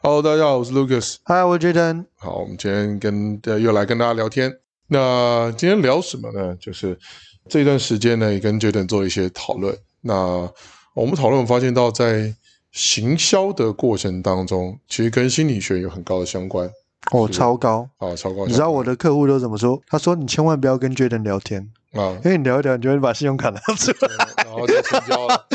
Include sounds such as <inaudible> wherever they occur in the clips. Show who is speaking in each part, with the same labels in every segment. Speaker 1: Hello，大家好，我是 Lucas。
Speaker 2: 嗨，我是 Jaden。
Speaker 1: 好，我们今天跟呃又来跟大家聊天。那今天聊什么呢？就是这段时间呢，也跟 Jaden 做一些讨论。那我们讨论发现到，在行销的过程当中，其实跟心理学有很高的相关
Speaker 2: 哦，
Speaker 1: 是
Speaker 2: 超高！
Speaker 1: 啊，超高的相关。
Speaker 2: 你知道我的客户都怎么说？他说：“你千万不要跟 Jaden 聊天，
Speaker 1: 啊，
Speaker 2: 因为你聊一聊，你就会把信用卡拿出来。
Speaker 1: 然后就成交了，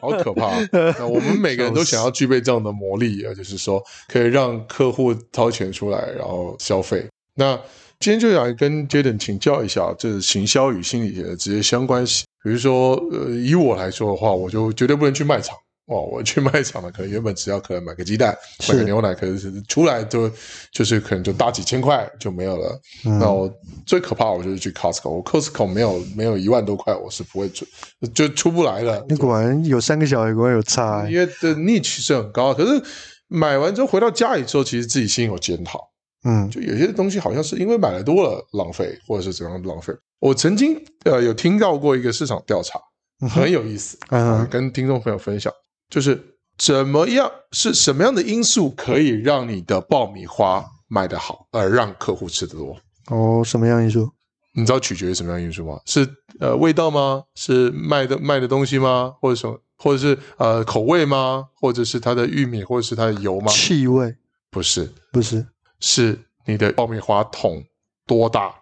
Speaker 1: 好可怕！啊那我们每个人都想要具备这样的魔力，呃就是说可以让客户掏钱出来，然后消费。那今天就想跟 Jaden 请教一下，这是行销与心理学的直接相关性。比如说，呃，以我来说的话，我就绝对不能去卖场。哇，我去卖场了，可能原本只要可能买个鸡蛋、买个
Speaker 2: 是
Speaker 1: 牛奶，可是出来就就是可能就大几千块就没有了。” <laughs> 那
Speaker 2: 嗯，
Speaker 1: 我最可怕我就是去 Costco，我 Costco 没有没有一万多块，我是不会出就出不来了。
Speaker 2: 你果然有三个小孩，果然有差、欸。
Speaker 1: 因为的 niche 是很高，可是买完之后回到家里之后，其实自己心有检讨，
Speaker 2: 嗯，
Speaker 1: 就有些东西好像是因为买的多了浪费，或者是怎样浪费。我曾经呃有听到过一个市场调查，
Speaker 2: 嗯哼
Speaker 1: 很有意思，
Speaker 2: 嗯
Speaker 1: 啊跟听众朋友分享，就是怎么样是什么样的因素可以让你的爆米花卖得好，而让客户吃得多。
Speaker 2: 哦，什么样因素？
Speaker 1: 你知道取决于什么样的因素吗？是呃味道吗？是卖的卖的东西吗？或者什么？或者是呃口味吗？或者是它的玉米，或者是它的油吗？
Speaker 2: 气味
Speaker 1: 不是，
Speaker 2: 不是？
Speaker 1: 是你的爆米花桶多大，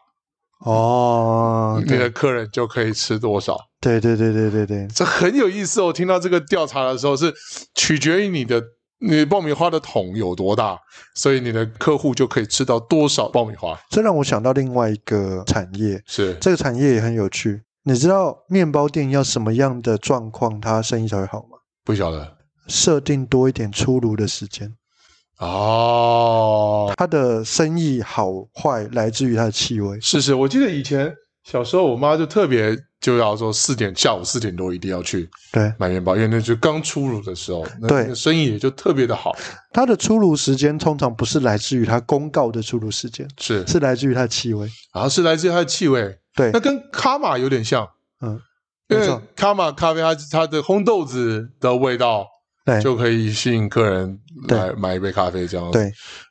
Speaker 2: 哦，
Speaker 1: 你的
Speaker 2: 对
Speaker 1: 客人就可以吃多少。
Speaker 2: 对对对对对对，
Speaker 1: 这很有意思哦。我听到这个调查的时候，是取决于你的你爆米花的桶有多大，所以你的客户就可以吃到多少爆米花。
Speaker 2: 这让我想到另外一个产业，
Speaker 1: 是
Speaker 2: 这个产业也很有趣。你知道面包店要什么样的状况，它生意才会好吗？
Speaker 1: 不晓得
Speaker 2: 设定多一点出炉的时间。
Speaker 1: 哦。
Speaker 2: 它的生意好坏来自于它的气味。
Speaker 1: 是是，我记得以前小时候，我妈就特别就要说四点下午四点多一定要去
Speaker 2: 对，
Speaker 1: 买面包，因为那就刚出炉的时候，那
Speaker 2: 对
Speaker 1: 那生意也就特别的好。
Speaker 2: 它的出炉时间通常不是来自于它公告的出炉时间，
Speaker 1: 是，
Speaker 2: 是来自于它的气味。
Speaker 1: 然后是来自于它的气味，
Speaker 2: 对
Speaker 1: 那，跟卡玛有点像，
Speaker 2: 嗯，
Speaker 1: 因
Speaker 2: 没
Speaker 1: 为
Speaker 2: 错，
Speaker 1: 卡玛咖啡它它的烘豆子的味道
Speaker 2: 对，
Speaker 1: 就可以吸引客人
Speaker 2: 对
Speaker 1: 来买一杯咖啡这样子。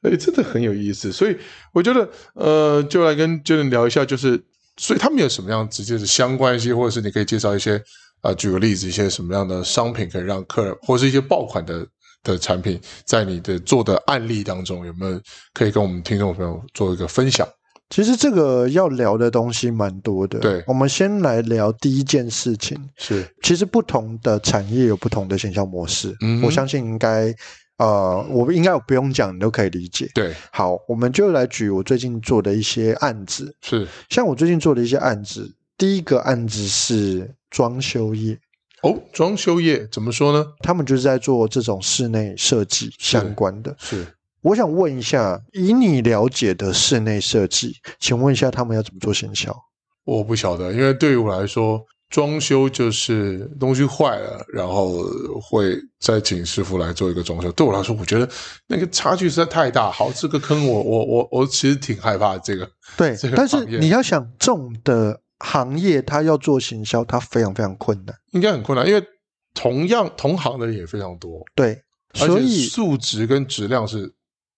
Speaker 2: 对，
Speaker 1: 哎，真的很有意思。所以我觉得，呃，就来跟 j a 聊一下，就是，所以他们有什么样直接的相关性，或者是你可以介绍一些，啊、举个例子，一些什么样的商品可以让客人，或是一些爆款的的产品，在你的做的案例当中，有没有可以跟我们听众朋友做一个分享？
Speaker 2: 其实这个要聊的东西蛮多的。
Speaker 1: 对
Speaker 2: 我们先来聊第一件事情。
Speaker 1: 是，
Speaker 2: 其实不同的产业有不同的行销模式，
Speaker 1: 嗯哼
Speaker 2: 我相信应该，呃，我应该我不用讲，你都可以理解。
Speaker 1: 对，
Speaker 2: 好，我们就来举我最近做的一些案子，
Speaker 1: 是，
Speaker 2: 像我最近做的一些案子，第一个案子是装修业，
Speaker 1: 哦，装修业怎么说呢？
Speaker 2: 他们就是在做这种室内设计相关的。
Speaker 1: 是，
Speaker 2: 我想问一下，以你了解的室内设计，请问一下他们要怎么做行销？
Speaker 1: 我不晓得，因为对于我来说。装修就是东西坏了，然后会再请师傅来做一个装修。对我来说，我觉得那个差距实在太大。好，这个坑我我我我其实挺害怕这个。
Speaker 2: 对
Speaker 1: 这，个
Speaker 2: 但是
Speaker 1: 行业
Speaker 2: 你要想这种的行业，它要做行销，它非常非常困难。
Speaker 1: 应该很困难，因为同样同行的人也非常多，
Speaker 2: 对，
Speaker 1: 而
Speaker 2: 所
Speaker 1: 且
Speaker 2: 以
Speaker 1: 素质跟质量是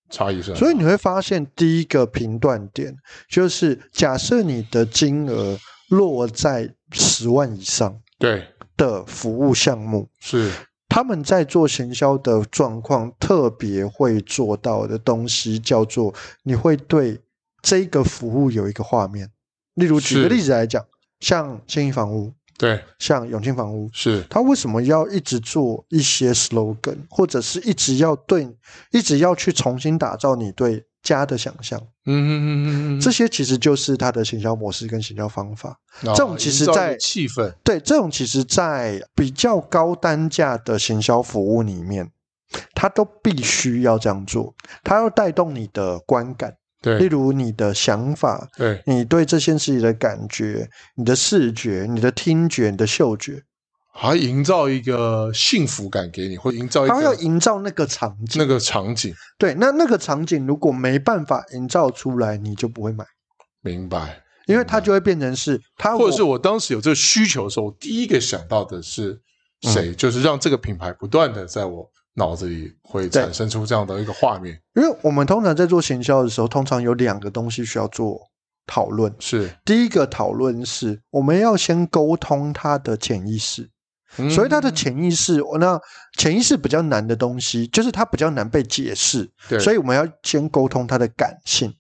Speaker 1: 差异是很大。
Speaker 2: 所以你会发现，第一个评断点就是，假设你的金额落在十万以上
Speaker 1: 对
Speaker 2: 的服务项目，
Speaker 1: 是
Speaker 2: 他们在做行销的状况，特别会做到的东西叫做，你会对这个服务有一个画面。例如，举
Speaker 1: 是
Speaker 2: 个例子来讲，像新义房屋，
Speaker 1: 对
Speaker 2: 像永庆房屋，
Speaker 1: 是
Speaker 2: 他为什么要一直做一些 slogan，或者是一直要对，一直要去重新打造你对家的想象？
Speaker 1: 嗯嗯嗯嗯，
Speaker 2: 这些其实就是他的行销模式跟行销方法。
Speaker 1: 这
Speaker 2: 这种其实在
Speaker 1: 气氛
Speaker 2: 对，这种其实在比较高单价的行销服务里面，它都必须要这样做，它要带动你的观感，例
Speaker 1: 对
Speaker 2: 如你的想法、
Speaker 1: 对
Speaker 2: 你对这件事情的感觉、你的视觉、你的听觉、你的嗅觉，
Speaker 1: 还营造一个幸福感给你，或营造一
Speaker 2: 它要
Speaker 1: 个
Speaker 2: 营造那个场景。
Speaker 1: 那个场景。
Speaker 2: 对，那那个场景如果没办法营造出来，你就不会买，
Speaker 1: 明白。
Speaker 2: 因为它就会变成是它
Speaker 1: 嗯或者
Speaker 2: 我
Speaker 1: 是我当时有这个
Speaker 2: 嗯
Speaker 1: 需求的时候，我第一个想到的是谁，就是让这个品牌不断的在我脑子里会产生出这样的一个画面。
Speaker 2: 因为我们通常在做行销的时候，通常有两个东西需要做讨论。
Speaker 1: 是，
Speaker 2: 第一个讨论是我们要先沟通他的潜意识，
Speaker 1: 嗯
Speaker 2: 所以他的潜意识，那潜意识比较难的东西，就是它比较难被解释，
Speaker 1: 对，
Speaker 2: 所
Speaker 1: 以
Speaker 2: 以我们要先沟通他的感性。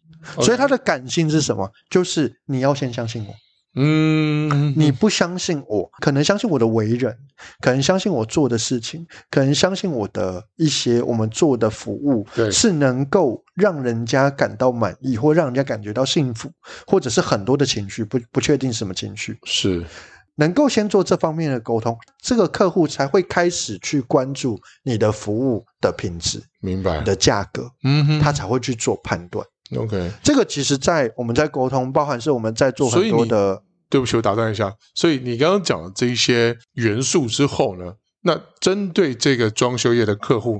Speaker 2: 所以他的感性是什么？就是你要先相信我，
Speaker 1: 嗯，
Speaker 2: 你不相信我，可能相信我的为人，可能相信我做的事情，可能相信我的一些我们做的服务
Speaker 1: 对
Speaker 2: 是能够让人家感到满意，或让人家感觉到幸福，或者是很多的情绪，不不确定是什么情绪，
Speaker 1: 是
Speaker 2: 能够先做这方面的沟通，这个客户才会开始去关注你的服务的品质、
Speaker 1: 明白
Speaker 2: 你，的价格，
Speaker 1: 嗯哼，
Speaker 2: 他才会去做判断。
Speaker 1: OK。
Speaker 2: 这个其实，在我们在沟通，包含是我们在做
Speaker 1: 所以你
Speaker 2: 很多的
Speaker 1: 对不起，我打断一下。所以你刚刚讲的这一些元素之后呢，那针对这个装修业的客户，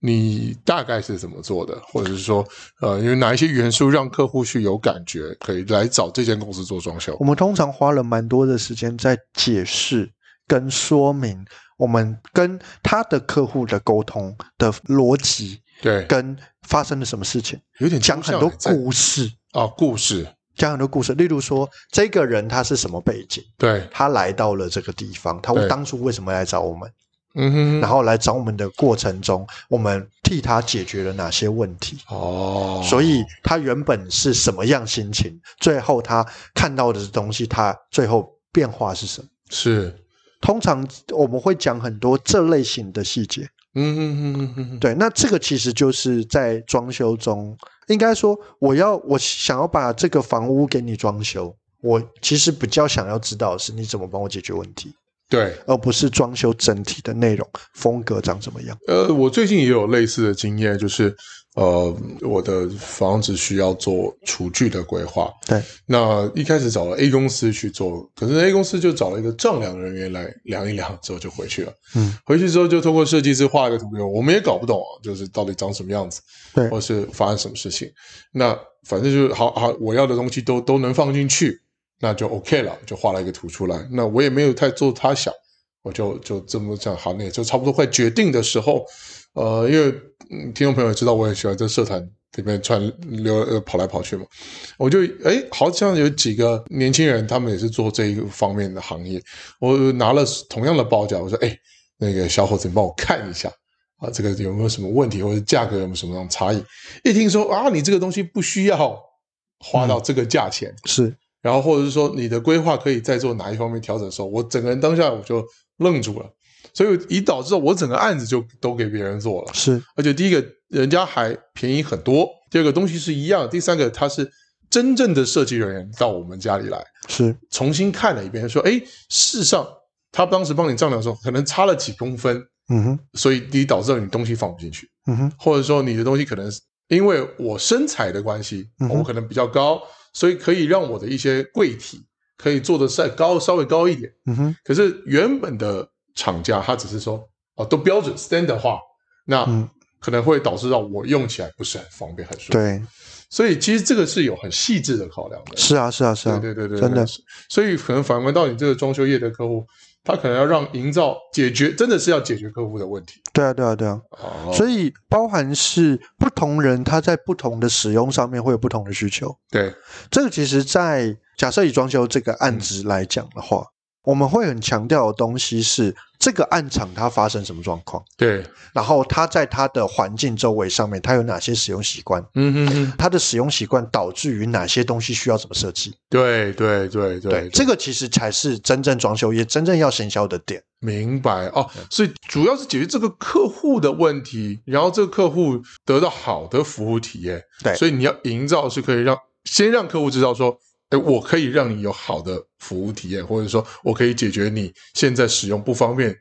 Speaker 1: 你大概是怎么做的？或者是说，呃，有哪一些元素让客户去有感觉，可以来找这间公司做装修
Speaker 2: 我？们通常花了蛮多的时间在解释跟说明我们跟他的客户的沟通的逻辑，
Speaker 1: 对，
Speaker 2: 跟发生了什么事情，
Speaker 1: 有点
Speaker 2: 讲很多
Speaker 1: 故
Speaker 2: 故事，
Speaker 1: 啊故事，
Speaker 2: 讲很多故事。例如说，这个人他是什么背景，
Speaker 1: 对，
Speaker 2: 他来到了这个地方，他
Speaker 1: 对
Speaker 2: 当初为什么来找我们，
Speaker 1: 嗯哼，
Speaker 2: 然后来找我们的过程中，我们替他解决了哪些问题。
Speaker 1: 哦，
Speaker 2: 所以他原本是什么样心情，最后他看到的东西，他最后变化是什么？
Speaker 1: 是，
Speaker 2: 通常我们会讲很多这类型的细节。
Speaker 1: 嗯哼哼哼哼哼，
Speaker 2: 对，那这个其实就是在装修中，应该说我要我想要把这个房屋给你装修，我其实比较想要知道的是你怎么帮我解决问题，
Speaker 1: 对，
Speaker 2: 而不是装修整体的内容风格长什么样。
Speaker 1: 呃，我最近也有类似的经验，就是呃，我的房子需要做厨具的规划。
Speaker 2: 对，
Speaker 1: 那一开始找了 A 公司去做，可是 A 公司就找了一个丈量人员来量一量，之后就回去了。
Speaker 2: 嗯，
Speaker 1: 回去之后就通过设计师画一个图给我，我们也搞不懂啊，就是到底长什么样子，
Speaker 2: 对
Speaker 1: 或是发生什么事情。那反正就是好好，我要的东西都都能放进去，那就 OK 了，就画了一个图出来。那我也没有太做他想，我就就这么讲，好，那也就差不多快决定的时候，呃，因为、嗯、听众朋友也知道我很喜欢在社团里面串流呃跑来跑去嘛，我就哎，好像有几个年轻人，他们也是做这一个方面的行业。我拿了同样的报价，我说哎，那个小伙子，你帮我看一下啊，这个有没有什么问题，或者价格有没有什么样的差异？一听说啊，你这个东西不需要花到这个价钱，
Speaker 2: 是
Speaker 1: 然后或者是说你的规划可以再做哪一方面调整的时候，我整个人当下我就愣住了。所以以导致我整个案子就都给别人做了，
Speaker 2: 是，
Speaker 1: 而且第一个人家还便宜很多，第二个东西是一样，第三个他是真正的设计人员到我们家里来
Speaker 2: 是
Speaker 1: 重新看了一遍，说哎，事实上他当时帮你丈量的时候可能差了几公分，
Speaker 2: 嗯哼，
Speaker 1: 所以你导致了你东西放不进去，
Speaker 2: 嗯哼，
Speaker 1: 或者说你的东西可能是因为我身材的关系，
Speaker 2: 嗯哼
Speaker 1: 我可能比较高，所以可以让我的一些柜体可以做的再高稍微高一点。
Speaker 2: 嗯哼，
Speaker 1: 可是原本的厂家他只是说哦，都标准 standard 化，那
Speaker 2: 嗯
Speaker 1: 可能会导致到我用起来不是很方便、很舒服。，
Speaker 2: 对，
Speaker 1: 所以其实这个是有很细致的考量的。
Speaker 2: 是啊，是啊，是啊，
Speaker 1: 对对对对，
Speaker 2: 真的
Speaker 1: 是。所以可能反观到你这个装修业的客户，他可能要让营造解决，真的是要解决客户的问题。
Speaker 2: 对啊，对啊，对啊。
Speaker 1: 哦
Speaker 2: 所以包含是不同人他在不同的使用上面会有不同的需求。
Speaker 1: 对，
Speaker 2: 这个其实在假设以装修这个案子来讲的话，我们会很强调的东西是这个案场它发生什么状况，
Speaker 1: 对，
Speaker 2: 然后它在它的环境周围上面它有哪些使用习惯，
Speaker 1: 嗯哼哼，
Speaker 2: 它的使用习惯导致于哪些东西需要怎么设计。
Speaker 1: 对对对对，
Speaker 2: 这个其实才是真正装修业真正要行销的点。
Speaker 1: 明白哦。所以主要是解决这个客户的问题，然后这个客户得到好的服务体验。
Speaker 2: 对
Speaker 1: 所以你要营造是可以让先让客户知道说，哎，我可以让你有好的服务体验，或者说我可以解决你现在使用不方便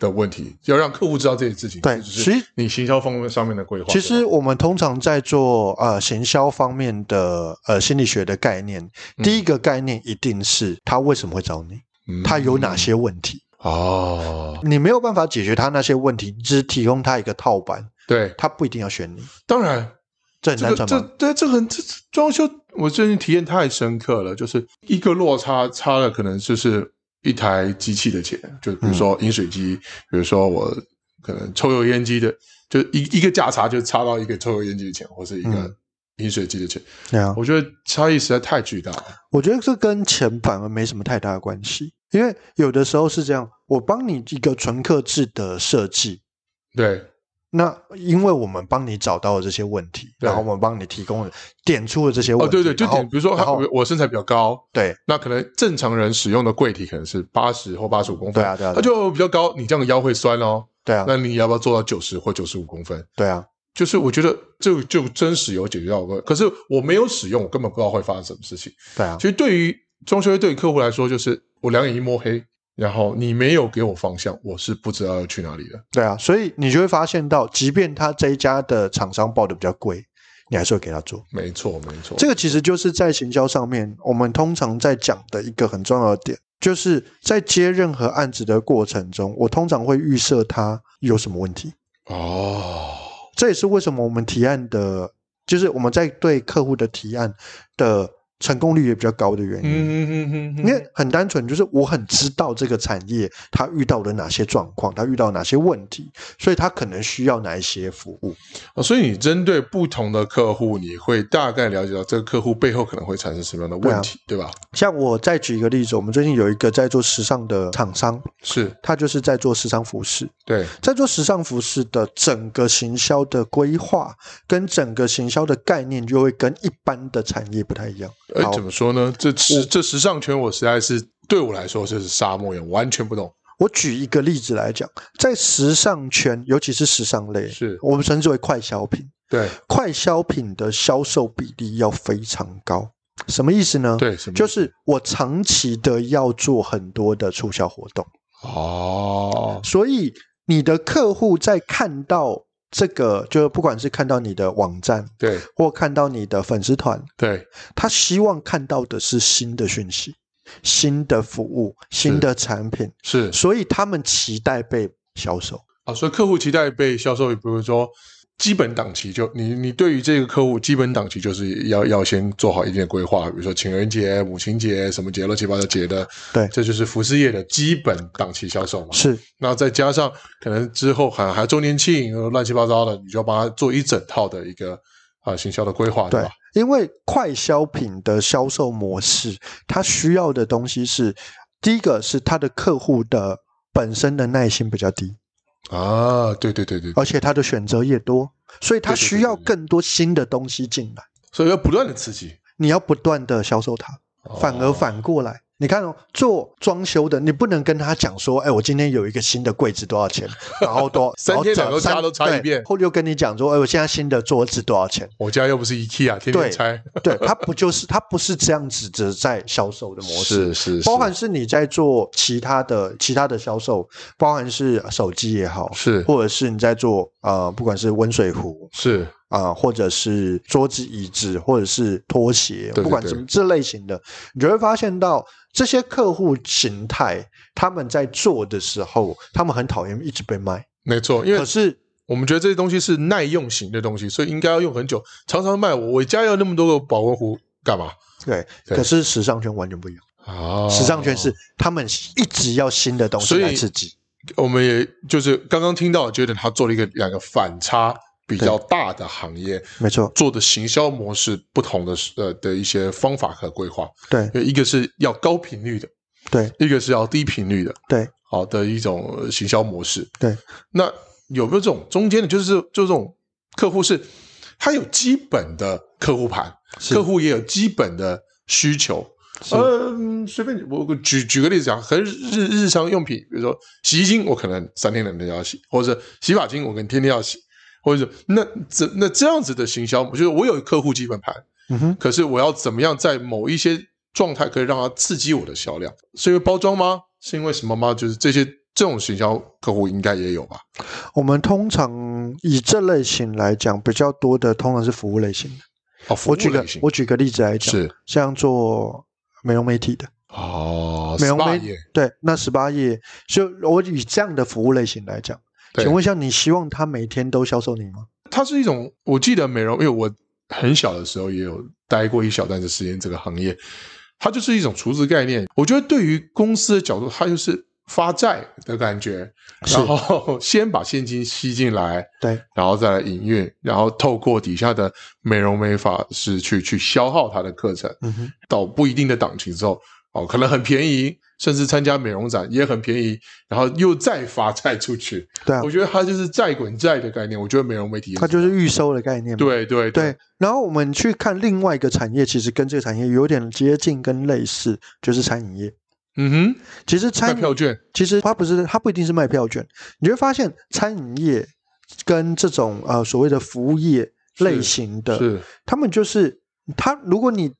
Speaker 1: 的问题，要让客户知道这件事情。
Speaker 2: 对
Speaker 1: 这就
Speaker 2: 其
Speaker 1: 是
Speaker 2: 实
Speaker 1: 你行销方面上面的规划。
Speaker 2: 其实我们通常在做呃行销方面的呃心理学的概念，第一个概念一定是他为什么会找你，
Speaker 1: 嗯
Speaker 2: 他有哪些问题，
Speaker 1: 哦，
Speaker 2: 你没有办法解决他那些问题，你只提供他一个套板，
Speaker 1: 对，
Speaker 2: 他不一定要选你，
Speaker 1: 当然
Speaker 2: 这很
Speaker 1: 这
Speaker 2: 难
Speaker 1: 个
Speaker 2: 转
Speaker 1: 这
Speaker 2: 吗？
Speaker 1: 对这个很这这装修，我最近体验太深刻了，就是一个落差差
Speaker 2: 嗯
Speaker 1: 了，可能就是一台机器的钱，就比如说饮水机，比如说我可能抽油烟机的，就一一个价差就差到一个抽油烟机的钱，或是一
Speaker 2: 嗯
Speaker 1: 个饮水机的钱。
Speaker 2: 对啊，
Speaker 1: 我觉得差异实在太巨大了。
Speaker 2: 我觉得这跟钱反而没什么太大的关系，因为有的时候是这样，我帮你一个纯克制的设计，
Speaker 1: 对，
Speaker 2: 那因为我们帮你找到了这些问题，
Speaker 1: 对
Speaker 2: 然后我们帮你提供了点出了这些问
Speaker 1: 哦，
Speaker 2: 题，
Speaker 1: 对对，就
Speaker 2: 然后
Speaker 1: 点比如说
Speaker 2: 然后
Speaker 1: 我我身材比较高，
Speaker 2: 对
Speaker 1: 那可能正常人使用的柜体可能是八十或八十五公分，
Speaker 2: 对啊对啊
Speaker 1: 那就比较高，你这样腰会酸哦。
Speaker 2: 对啊
Speaker 1: 那你要不要做到九十或九十五公分？
Speaker 2: 对啊，
Speaker 1: 就是我觉得就就真实有解决到过，可是我没有使用，我根本不知道会发生什么事情。
Speaker 2: 对啊
Speaker 1: 其，实对于装修对于客户来说，就是我两眼一摸黑，然后你没有给我方向，我是不知道要去哪里的。
Speaker 2: 对啊，所以你就会发现到，即便他这一家的厂商报的比较贵，你还是会给他做。
Speaker 1: 没错，没错，
Speaker 2: 这个其实就是在行销上面，我们通常在讲的一个很重要的点，就是在接任何案子的过程中，我通常会预设它有什么问题。
Speaker 1: 哦，
Speaker 2: 这也是为什么我们提案的，就是我们在对客户的提案的成功率也比较高的原因。
Speaker 1: 嗯嗯嗯嗯，
Speaker 2: 因为很单纯，就是我很知道这个产业它遇到了哪些状况，它遇到哪些问题，所以它可能需要哪一些服务。
Speaker 1: 哦所以你针对不同的客户，你会大概了解到这个客户背后可能会产生什么样的问题，对吧？
Speaker 2: 像我再举一个例子，我们最近有一个在做时尚的厂商，
Speaker 1: 是，
Speaker 2: 它就是在做时尚服饰，
Speaker 1: 对，
Speaker 2: 在做时尚服饰的整个行销的规划跟整个行销的概念，就会跟一般的产业不太一样。
Speaker 1: 哎
Speaker 2: 好，
Speaker 1: 怎么说呢？这时这时尚圈，我实在是对我来说就是沙漠一样，完全不懂。
Speaker 2: 我举一个例子来讲，在时尚圈，尤其是时尚类，
Speaker 1: 是
Speaker 2: 我们称之为快消品。
Speaker 1: 对
Speaker 2: 快消品的销售比例要非常高，什么意思呢？，
Speaker 1: 对，什么
Speaker 2: 就是我长期的要做很多的促销活动，
Speaker 1: 哦，
Speaker 2: 所以你的客户在看到这个，就是不管是看到你的网站
Speaker 1: 对
Speaker 2: 或看到你的粉丝团，
Speaker 1: 对，
Speaker 2: 他希望看到的是新的讯息、新的服务、新的产品，
Speaker 1: 是
Speaker 2: 所以他们期待被销售。
Speaker 1: 啊，所以客户期待被销售，比如说基本档期就你你对于这个客户基本档期就是要要先做好一定的规划，比如说情人节、母亲节什么节乱七八糟节的，
Speaker 2: 对
Speaker 1: 这就是服饰业的基本档期销售嘛。
Speaker 2: 是
Speaker 1: 那再加上可能之后还还有周年庆呃乱七八糟的，你就要帮他做一整套的一个啊、行销的规划，
Speaker 2: 对
Speaker 1: 吧？，
Speaker 2: 因为快消品的销售模式，它需要的东西是第一个是它的客户的本身的耐心比较低，
Speaker 1: 啊，对对对对，
Speaker 2: 而且它的选择也多，所以它
Speaker 1: 对对对
Speaker 2: 需要
Speaker 1: 对对
Speaker 2: 更多新的东西进来，
Speaker 1: 所以要不断的刺激，
Speaker 2: 你要不断的销售它，反而
Speaker 1: 哦
Speaker 2: 反过来。你看哦，做装修的，你不能跟他讲说，哎，我今天有一个新的柜子多少钱，然后多
Speaker 1: <laughs> 三天
Speaker 2: 然
Speaker 1: 两
Speaker 2: 后
Speaker 1: 头
Speaker 2: 三
Speaker 1: 家都差一
Speaker 2: 对
Speaker 1: 遍
Speaker 2: 或者又跟你讲说，哎，我现在新的桌子多少钱？
Speaker 1: 我家又不是 IKEA，天
Speaker 2: 对
Speaker 1: 天拆， <laughs>
Speaker 2: 对，它不就是它不是这样子的在销售的模式，
Speaker 1: 是
Speaker 2: 包含是你在做其他的其他的销售，包含是手机也好，
Speaker 1: 是
Speaker 2: 或者是你在做呃，不管是温水壶
Speaker 1: 是
Speaker 2: 啊、或者是桌子椅子，或者是拖鞋，
Speaker 1: 对对
Speaker 2: 不管
Speaker 1: 对
Speaker 2: 什么这类型的，你就会发现到这些客户形态，他们在做的时候，他们很讨厌一直被卖，
Speaker 1: 没错，因为
Speaker 2: 可是
Speaker 1: 我们觉得这些东西是耐用型的东西，所以应该要用很久，常常卖我。我家要那么多个保温壶干嘛
Speaker 2: 对，
Speaker 1: 对
Speaker 2: 可是时尚圈完全不一样，
Speaker 1: 啊
Speaker 2: 时尚圈是他们一直要新的东西
Speaker 1: 所以
Speaker 2: 来刺激。
Speaker 1: 我们也就是刚刚听到，觉得他做了一个两个反差比较大的行业，
Speaker 2: 没错，
Speaker 1: 做的行销模式不同的呃的一些方法和规划，
Speaker 2: 对
Speaker 1: 因为一个是要高频率的，
Speaker 2: 对
Speaker 1: 一个是要低频率的，
Speaker 2: 对，
Speaker 1: 好的一种呃行销模式。
Speaker 2: 对，
Speaker 1: 那有没有这种中间的，就是就这种客户是他有基本的客户盘，
Speaker 2: 是
Speaker 1: 客户也有基本的需求。
Speaker 2: 呃
Speaker 1: 嗯，随便我我举举个例子讲，很日日常用品，比如说洗衣精，我可能三天两天就要洗，或者洗发精，我可能天天要洗，或者那这那这样子的行销，就是我有客户基本盘，
Speaker 2: 嗯哼，
Speaker 1: 可是我要怎么样在某一些状态可以让它刺激我的销量？是因为包装吗？是因为什么吗？就是这些这种行销客户应该也有吧？
Speaker 2: 我们通常以这类型来讲，比较多的通常是服务类型的。
Speaker 1: 哦，服务
Speaker 2: 我举个
Speaker 1: 类型
Speaker 2: 我举个例子来讲，
Speaker 1: 是
Speaker 2: 像做美容媒体的
Speaker 1: 哦，
Speaker 2: 美容
Speaker 1: SPA
Speaker 2: 媒
Speaker 1: 业
Speaker 2: 对，那十八页就我以这样的服务类型来讲，
Speaker 1: 对
Speaker 2: 请问一下，你希望他每天都销售你吗？
Speaker 1: 它是一种，我记得美容，因为我很小的时候也有待过一小段的时间这个行业，它就是一种厨子概念。我觉得对于公司的角度，它就是发债的感觉，
Speaker 2: 是
Speaker 1: 然后先把现金吸进来，
Speaker 2: 对，
Speaker 1: 然后再来营运，然后透过底下的美容美发师去去消耗他的课程，
Speaker 2: 嗯哼，
Speaker 1: 到不一定的档期之后，哦，可能很便宜，甚至参加美容展也很便宜，然后又再发债出去。
Speaker 2: 对啊
Speaker 1: 我，觉得它就是债滚债的概念，我觉得美容媒体也
Speaker 2: 它就是预收的概念嘛。
Speaker 1: 对对
Speaker 2: 对，然后我们去看另外一个产业，其实跟这个产业有点接近跟类似，就是餐饮业。
Speaker 1: 嗯哼，
Speaker 2: 其实
Speaker 1: 卖
Speaker 2: 餐饮
Speaker 1: 票券，
Speaker 2: 其实它不是，它不一定是卖票券。你会发现，餐饮业跟这种呃所谓的服务业类型的，
Speaker 1: 是
Speaker 2: 他们就是他，如果你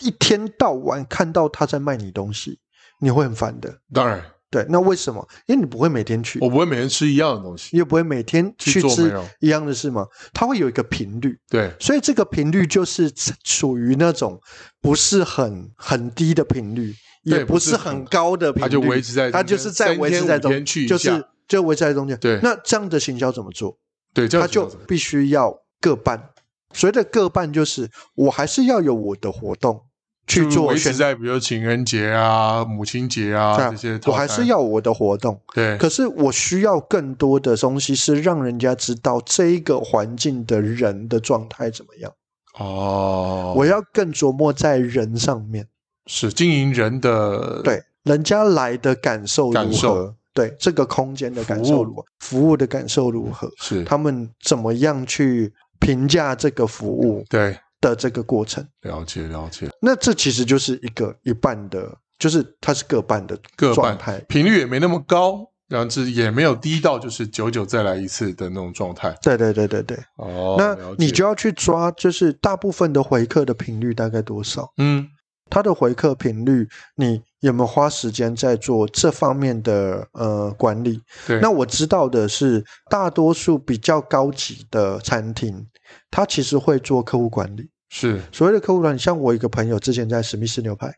Speaker 2: 一天到晚看到他在卖你东西，你会很烦的。
Speaker 1: 当然，
Speaker 2: 对，那为什么？因为你不会每天去，
Speaker 1: 我不会每天吃一样的东西。
Speaker 2: 你也不会每天
Speaker 1: 去
Speaker 2: 去
Speaker 1: 做美
Speaker 2: 吃
Speaker 1: 容
Speaker 2: 一样的事嘛，它会有一个频率。
Speaker 1: 对，
Speaker 2: 所以这个频率就是属于那种不是很很低的频率，
Speaker 1: 对
Speaker 2: 也不是
Speaker 1: 不是很
Speaker 2: 很高的频
Speaker 1: 它
Speaker 2: 率，
Speaker 1: 就维持在中间，
Speaker 2: 它就是在维持在
Speaker 1: 三天五
Speaker 2: 中，
Speaker 1: 天去一
Speaker 2: 就
Speaker 1: 下
Speaker 2: 是就维持在中间。
Speaker 1: 对
Speaker 2: 那这样的行销怎么做？
Speaker 1: 对，这
Speaker 2: 它
Speaker 1: 样子
Speaker 2: 就必须要各半。所谓的各半，就是我还是要有我的活动去
Speaker 1: 就
Speaker 2: 做
Speaker 1: 嗯维持
Speaker 2: 宣
Speaker 1: 在比如情人节啊、母亲节啊
Speaker 2: 传
Speaker 1: 这些套餐，
Speaker 2: 我还是要我的活动。
Speaker 1: 对
Speaker 2: 可是我需要更多的东西是让人家知道这一个环境的人的状态怎么样，
Speaker 1: 哦，
Speaker 2: 我要更琢磨在人上面。
Speaker 1: 是经营人的
Speaker 2: 对，人家来的感受如
Speaker 1: 感
Speaker 2: 何
Speaker 1: 受？
Speaker 2: 对，这个空间的感受如何？服务的感受如何？
Speaker 1: 是
Speaker 2: 他们怎么样去评价这个服务
Speaker 1: 对，
Speaker 2: 的这个过程？
Speaker 1: 了解了解，
Speaker 2: 那这其实就是一个一半的，就是它是各半的
Speaker 1: 各
Speaker 2: 状
Speaker 1: 半
Speaker 2: 态。
Speaker 1: 频率也没那么高，然后这也没有低到就是久久再来一次的那种状态。
Speaker 2: 对对对对对，
Speaker 1: 哦，
Speaker 2: 那
Speaker 1: 了解
Speaker 2: 你就要去抓，就是大部分的回客的频率大概多少？
Speaker 1: 嗯
Speaker 2: 它的回客频率，你有没有花时间在做这方面的呃管理？
Speaker 1: 对，
Speaker 2: 那我知道的是，大多数比较高级的餐厅，它其实会做客户管理。
Speaker 1: 是
Speaker 2: 所谓的客户管理，像我一个朋友之前在史密斯牛排，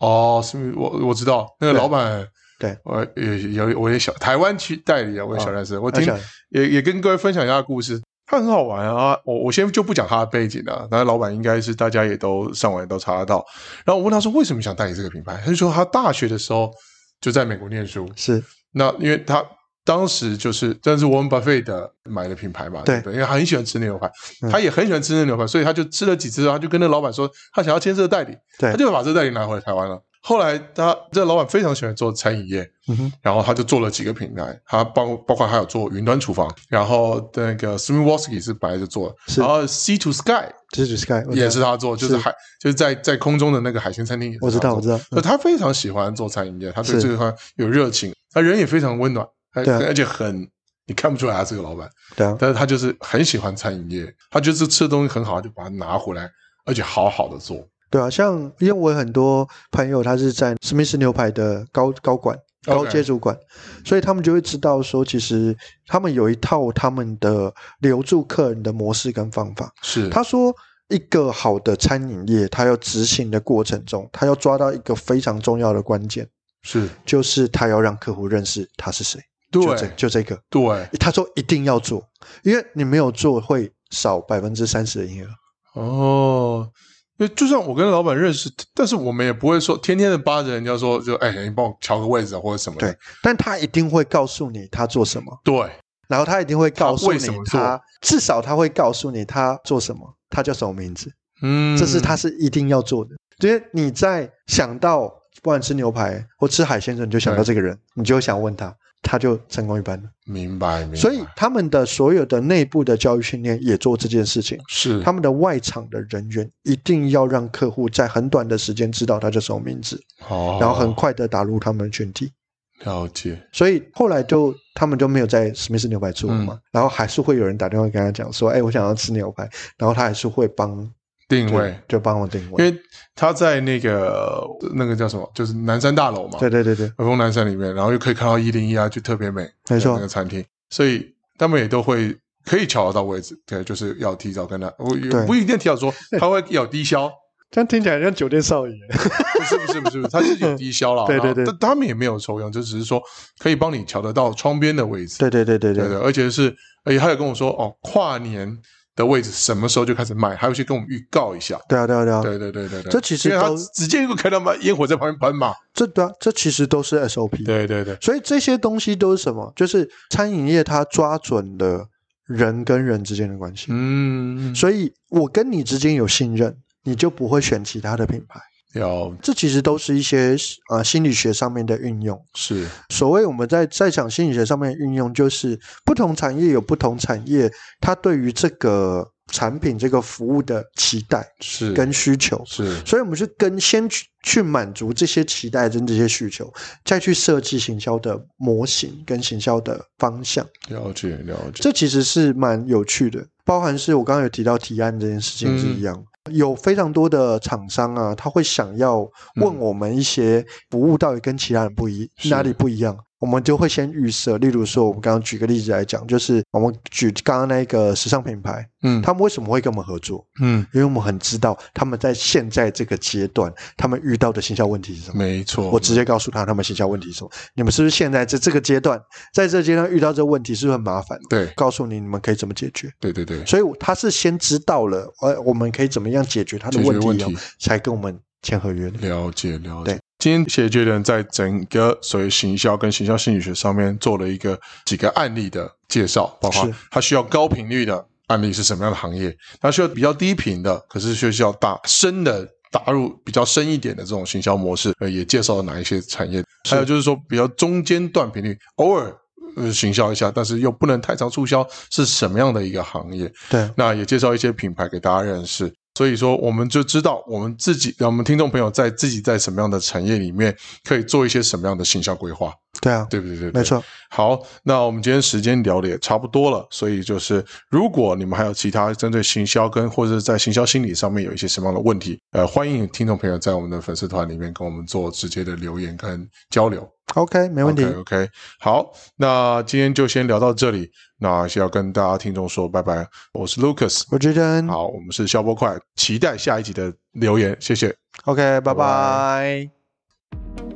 Speaker 1: 哦，是不是我我知道那个
Speaker 2: 对
Speaker 1: 老板。
Speaker 2: 对，
Speaker 1: 我也有我也小台湾区代理啊，我也小
Speaker 2: 哦
Speaker 1: 认识。我
Speaker 2: 而
Speaker 1: 听
Speaker 2: 且
Speaker 1: 也也跟各位分享一下故事，他很好玩啊。我我先就不讲他的背景了、然后老板应该是大家也都上网也都查得到。然后我问他说为什么想代理这个品牌，他就说他大学的时候就在美国念书，
Speaker 2: 是
Speaker 1: 那因为他当时就是，但是我们 buffet 的买的品牌嘛，
Speaker 2: 对
Speaker 1: 对不对？因为他很喜欢吃牛排
Speaker 2: 嗯，
Speaker 1: 他也很喜欢吃那牛排，所以他就吃了几次，他就跟那老板说他想要签这个代理，
Speaker 2: 对
Speaker 1: 他就把这个代理拿回台湾了。后来他这老板非常喜欢做餐饮业，
Speaker 2: 嗯哼，
Speaker 1: 然后他就做了几个品牌，他包包括还有做云端厨房，然后那个 s w i m w o s k y 是本来就做的，
Speaker 2: 是
Speaker 1: 然后 C to Sky
Speaker 2: 这是 Sky，我知道
Speaker 1: 哦也是他做，就是
Speaker 2: 是
Speaker 1: 海就是在在空中的那个海鲜餐厅也是他
Speaker 2: 我知道，
Speaker 1: 做
Speaker 2: 我知道，
Speaker 1: 所以他非常喜欢做餐饮业，他对
Speaker 2: 是
Speaker 1: 这个方有热情，他人也非常温暖，而
Speaker 2: 对啊
Speaker 1: 而且很你看不出来他是个老板，
Speaker 2: 对啊，
Speaker 1: 但是他就是很喜欢餐饮业，他就是吃的东西很好，他就把它拿回来，而且好好的做
Speaker 2: 对啊，像因为我有很多朋友他是在史密斯牛排的高高管、高
Speaker 1: OK
Speaker 2: 阶主管所以他们就会知道说，其实他们有一套他们的留住客人的模式跟方法。
Speaker 1: 是
Speaker 2: 他说，一个好的餐饮业，它要执行的过程中，它要抓到一个非常重要的关键，
Speaker 1: 是
Speaker 2: 就是它要让客户认识他是谁。
Speaker 1: 对
Speaker 2: 就这就这个，
Speaker 1: 对
Speaker 2: 他说一定要做，因为你没有做会少百分之三十的营业额。
Speaker 1: 哦，因为就算我跟老板认识，但是我们也不会说天天的扒着人家说，就哎，你帮我瞧个位置啊或者什么的。
Speaker 2: 对，但他一定会告诉你他做什么，
Speaker 1: 对
Speaker 2: 然后他一定会告
Speaker 1: 嗯
Speaker 2: 诉
Speaker 1: 为
Speaker 2: 你
Speaker 1: 什么做
Speaker 2: 他至少他会告诉你他做什么，他叫什么名字，
Speaker 1: 嗯，
Speaker 2: 这是他是一定要做的。因为你在想到不管吃牛排或吃海鲜的时候，你就想到这个人，你就会想问他，他就成功一半了。
Speaker 1: 明白明白，
Speaker 2: 所以他们的所有的内部的教育训练也做这件事情，
Speaker 1: 是
Speaker 2: 他们的外场的人员一定要让客户在很短的时间知道他叫什么名字，
Speaker 1: 好，
Speaker 2: 然后很快的打入他们的群体。
Speaker 1: 了解，
Speaker 2: 所以后来就他们就没有在史密斯牛排做了嘛，
Speaker 1: 嗯
Speaker 2: 然后还是会有人打电话跟他讲说，哎，我想要吃牛排，然后他还是会帮，
Speaker 1: 定
Speaker 2: 就
Speaker 1: 位，
Speaker 2: 就帮我定
Speaker 1: 因
Speaker 2: 位。
Speaker 1: 为他在那个那个叫什么，就是南山大楼嘛，
Speaker 2: 对，对对对，
Speaker 1: 和风南山里面，然后又可以看到一零一啊，就特别美，
Speaker 2: 没错
Speaker 1: 那个餐厅，所以他们也都会。可以瞧得到位置，对，就是要提早跟他，我也
Speaker 2: 对
Speaker 1: 不一定提早说，他会有低消， <laughs>
Speaker 2: 这样听起来像酒店少爷。
Speaker 1: 不是不是不是，不是，他是有低消啦。
Speaker 2: 对对对
Speaker 1: 然后但他们也没有抽佣，就只是说可以帮你瞧得到窗边的位置。
Speaker 2: 对对对对
Speaker 1: 对
Speaker 2: 对，
Speaker 1: 而且是而且他有跟我说哦，跨年的位置什么时候就开始卖，还有些跟我们预告一下。
Speaker 2: 对啊，对啊，对啊，
Speaker 1: 对对对对对，
Speaker 2: 这其实
Speaker 1: 因为他
Speaker 2: 都
Speaker 1: 直接就看到嘛，烟火在旁边喷嘛。
Speaker 2: 这对啊，这其实都是 SOP。
Speaker 1: 对对对，
Speaker 2: 所以这些东西都是什么？就是餐饮业它抓准了人跟人之间的关系。
Speaker 1: 嗯，
Speaker 2: 所以我跟你之间有信任，你就不会选其他的品牌。
Speaker 1: 要
Speaker 2: 这其实都是一些呃心理学上面的运用。
Speaker 1: 是
Speaker 2: 所谓我们在在讲心理学上面的运用，就是不同产业有不同产业它对于这个产品、这个服务的期待
Speaker 1: 是
Speaker 2: 跟需求。
Speaker 1: 是
Speaker 2: 所以我们去跟先去去满足这些期待跟这些需求，再去设计行销的模型跟行销的方向，
Speaker 1: 了解了解，
Speaker 2: 这其实是蛮有趣的。包含是我刚刚有提到提案这件事情是一样，有非常多的厂商啊，他会想要问我们一些服务到底跟其他人不一、
Speaker 1: 是
Speaker 2: 哪里不一样。我们就会先预设，例如说，我们刚刚举个例子来讲，就是我们举刚刚那个时尚品牌，
Speaker 1: 嗯
Speaker 2: 他们为什么会跟我们合作？
Speaker 1: 嗯，
Speaker 2: 因为我们很知道他们在现在这个阶段，他们遇到的行销问题是什么。
Speaker 1: 没错，
Speaker 2: 我直接告诉他他们行销问题是什么。你们是不是现在在这个阶段，在这个阶段遇到这个问题是不是很麻烦？
Speaker 1: 对
Speaker 2: 告诉你你们可以怎么解决。
Speaker 1: 对对对，
Speaker 2: 所以他是先知道了，呃，我们可以怎么样解决他的
Speaker 1: 解决
Speaker 2: 问题
Speaker 1: 问
Speaker 2: 以后
Speaker 1: 题，
Speaker 2: 才跟我们签合约的。
Speaker 1: 了解了解
Speaker 2: 对。
Speaker 1: 今天谢谢 j a 在整个所谓行销跟行销心理学上面做了一个几个案例的介绍，包括
Speaker 2: 是
Speaker 1: 它需要高频率的案例是什么样的行业，它需要比较低频的，可是却需要大深的打入比较深一点的这种行销模式，呃，也介绍了哪一些产业，还有就是说比较中间段频率，偶尔。呃，行销一下，但是又不能太常促销，是什么样的一个行业？
Speaker 2: 对，啊
Speaker 1: 那也介绍一些品牌给大家认识。所以说，我们就知道我们自己，我们听众朋友在自己在什么样的产业里面可以做一些什么样的形象规划，
Speaker 2: 对啊，
Speaker 1: 对不对？对不对
Speaker 2: 没。错，
Speaker 1: 好，那我们今天时间聊的也差不多了，所以就是如果你们还有其他针对行销跟或者是在行销心理上面有一些什么样的问题，呃，欢迎听众朋友在我们的粉丝团里面跟我们做直接的留言跟交流。
Speaker 2: ，OK，没问题。
Speaker 1: OK，, o k 好，那今天就先聊到这里，那先要跟大家听众说拜拜，我是 Lucas，
Speaker 2: 我觉得
Speaker 1: 好，我们是消波快，期待下一集的留言，谢谢。
Speaker 2: OK，拜
Speaker 1: 拜
Speaker 2: 拜。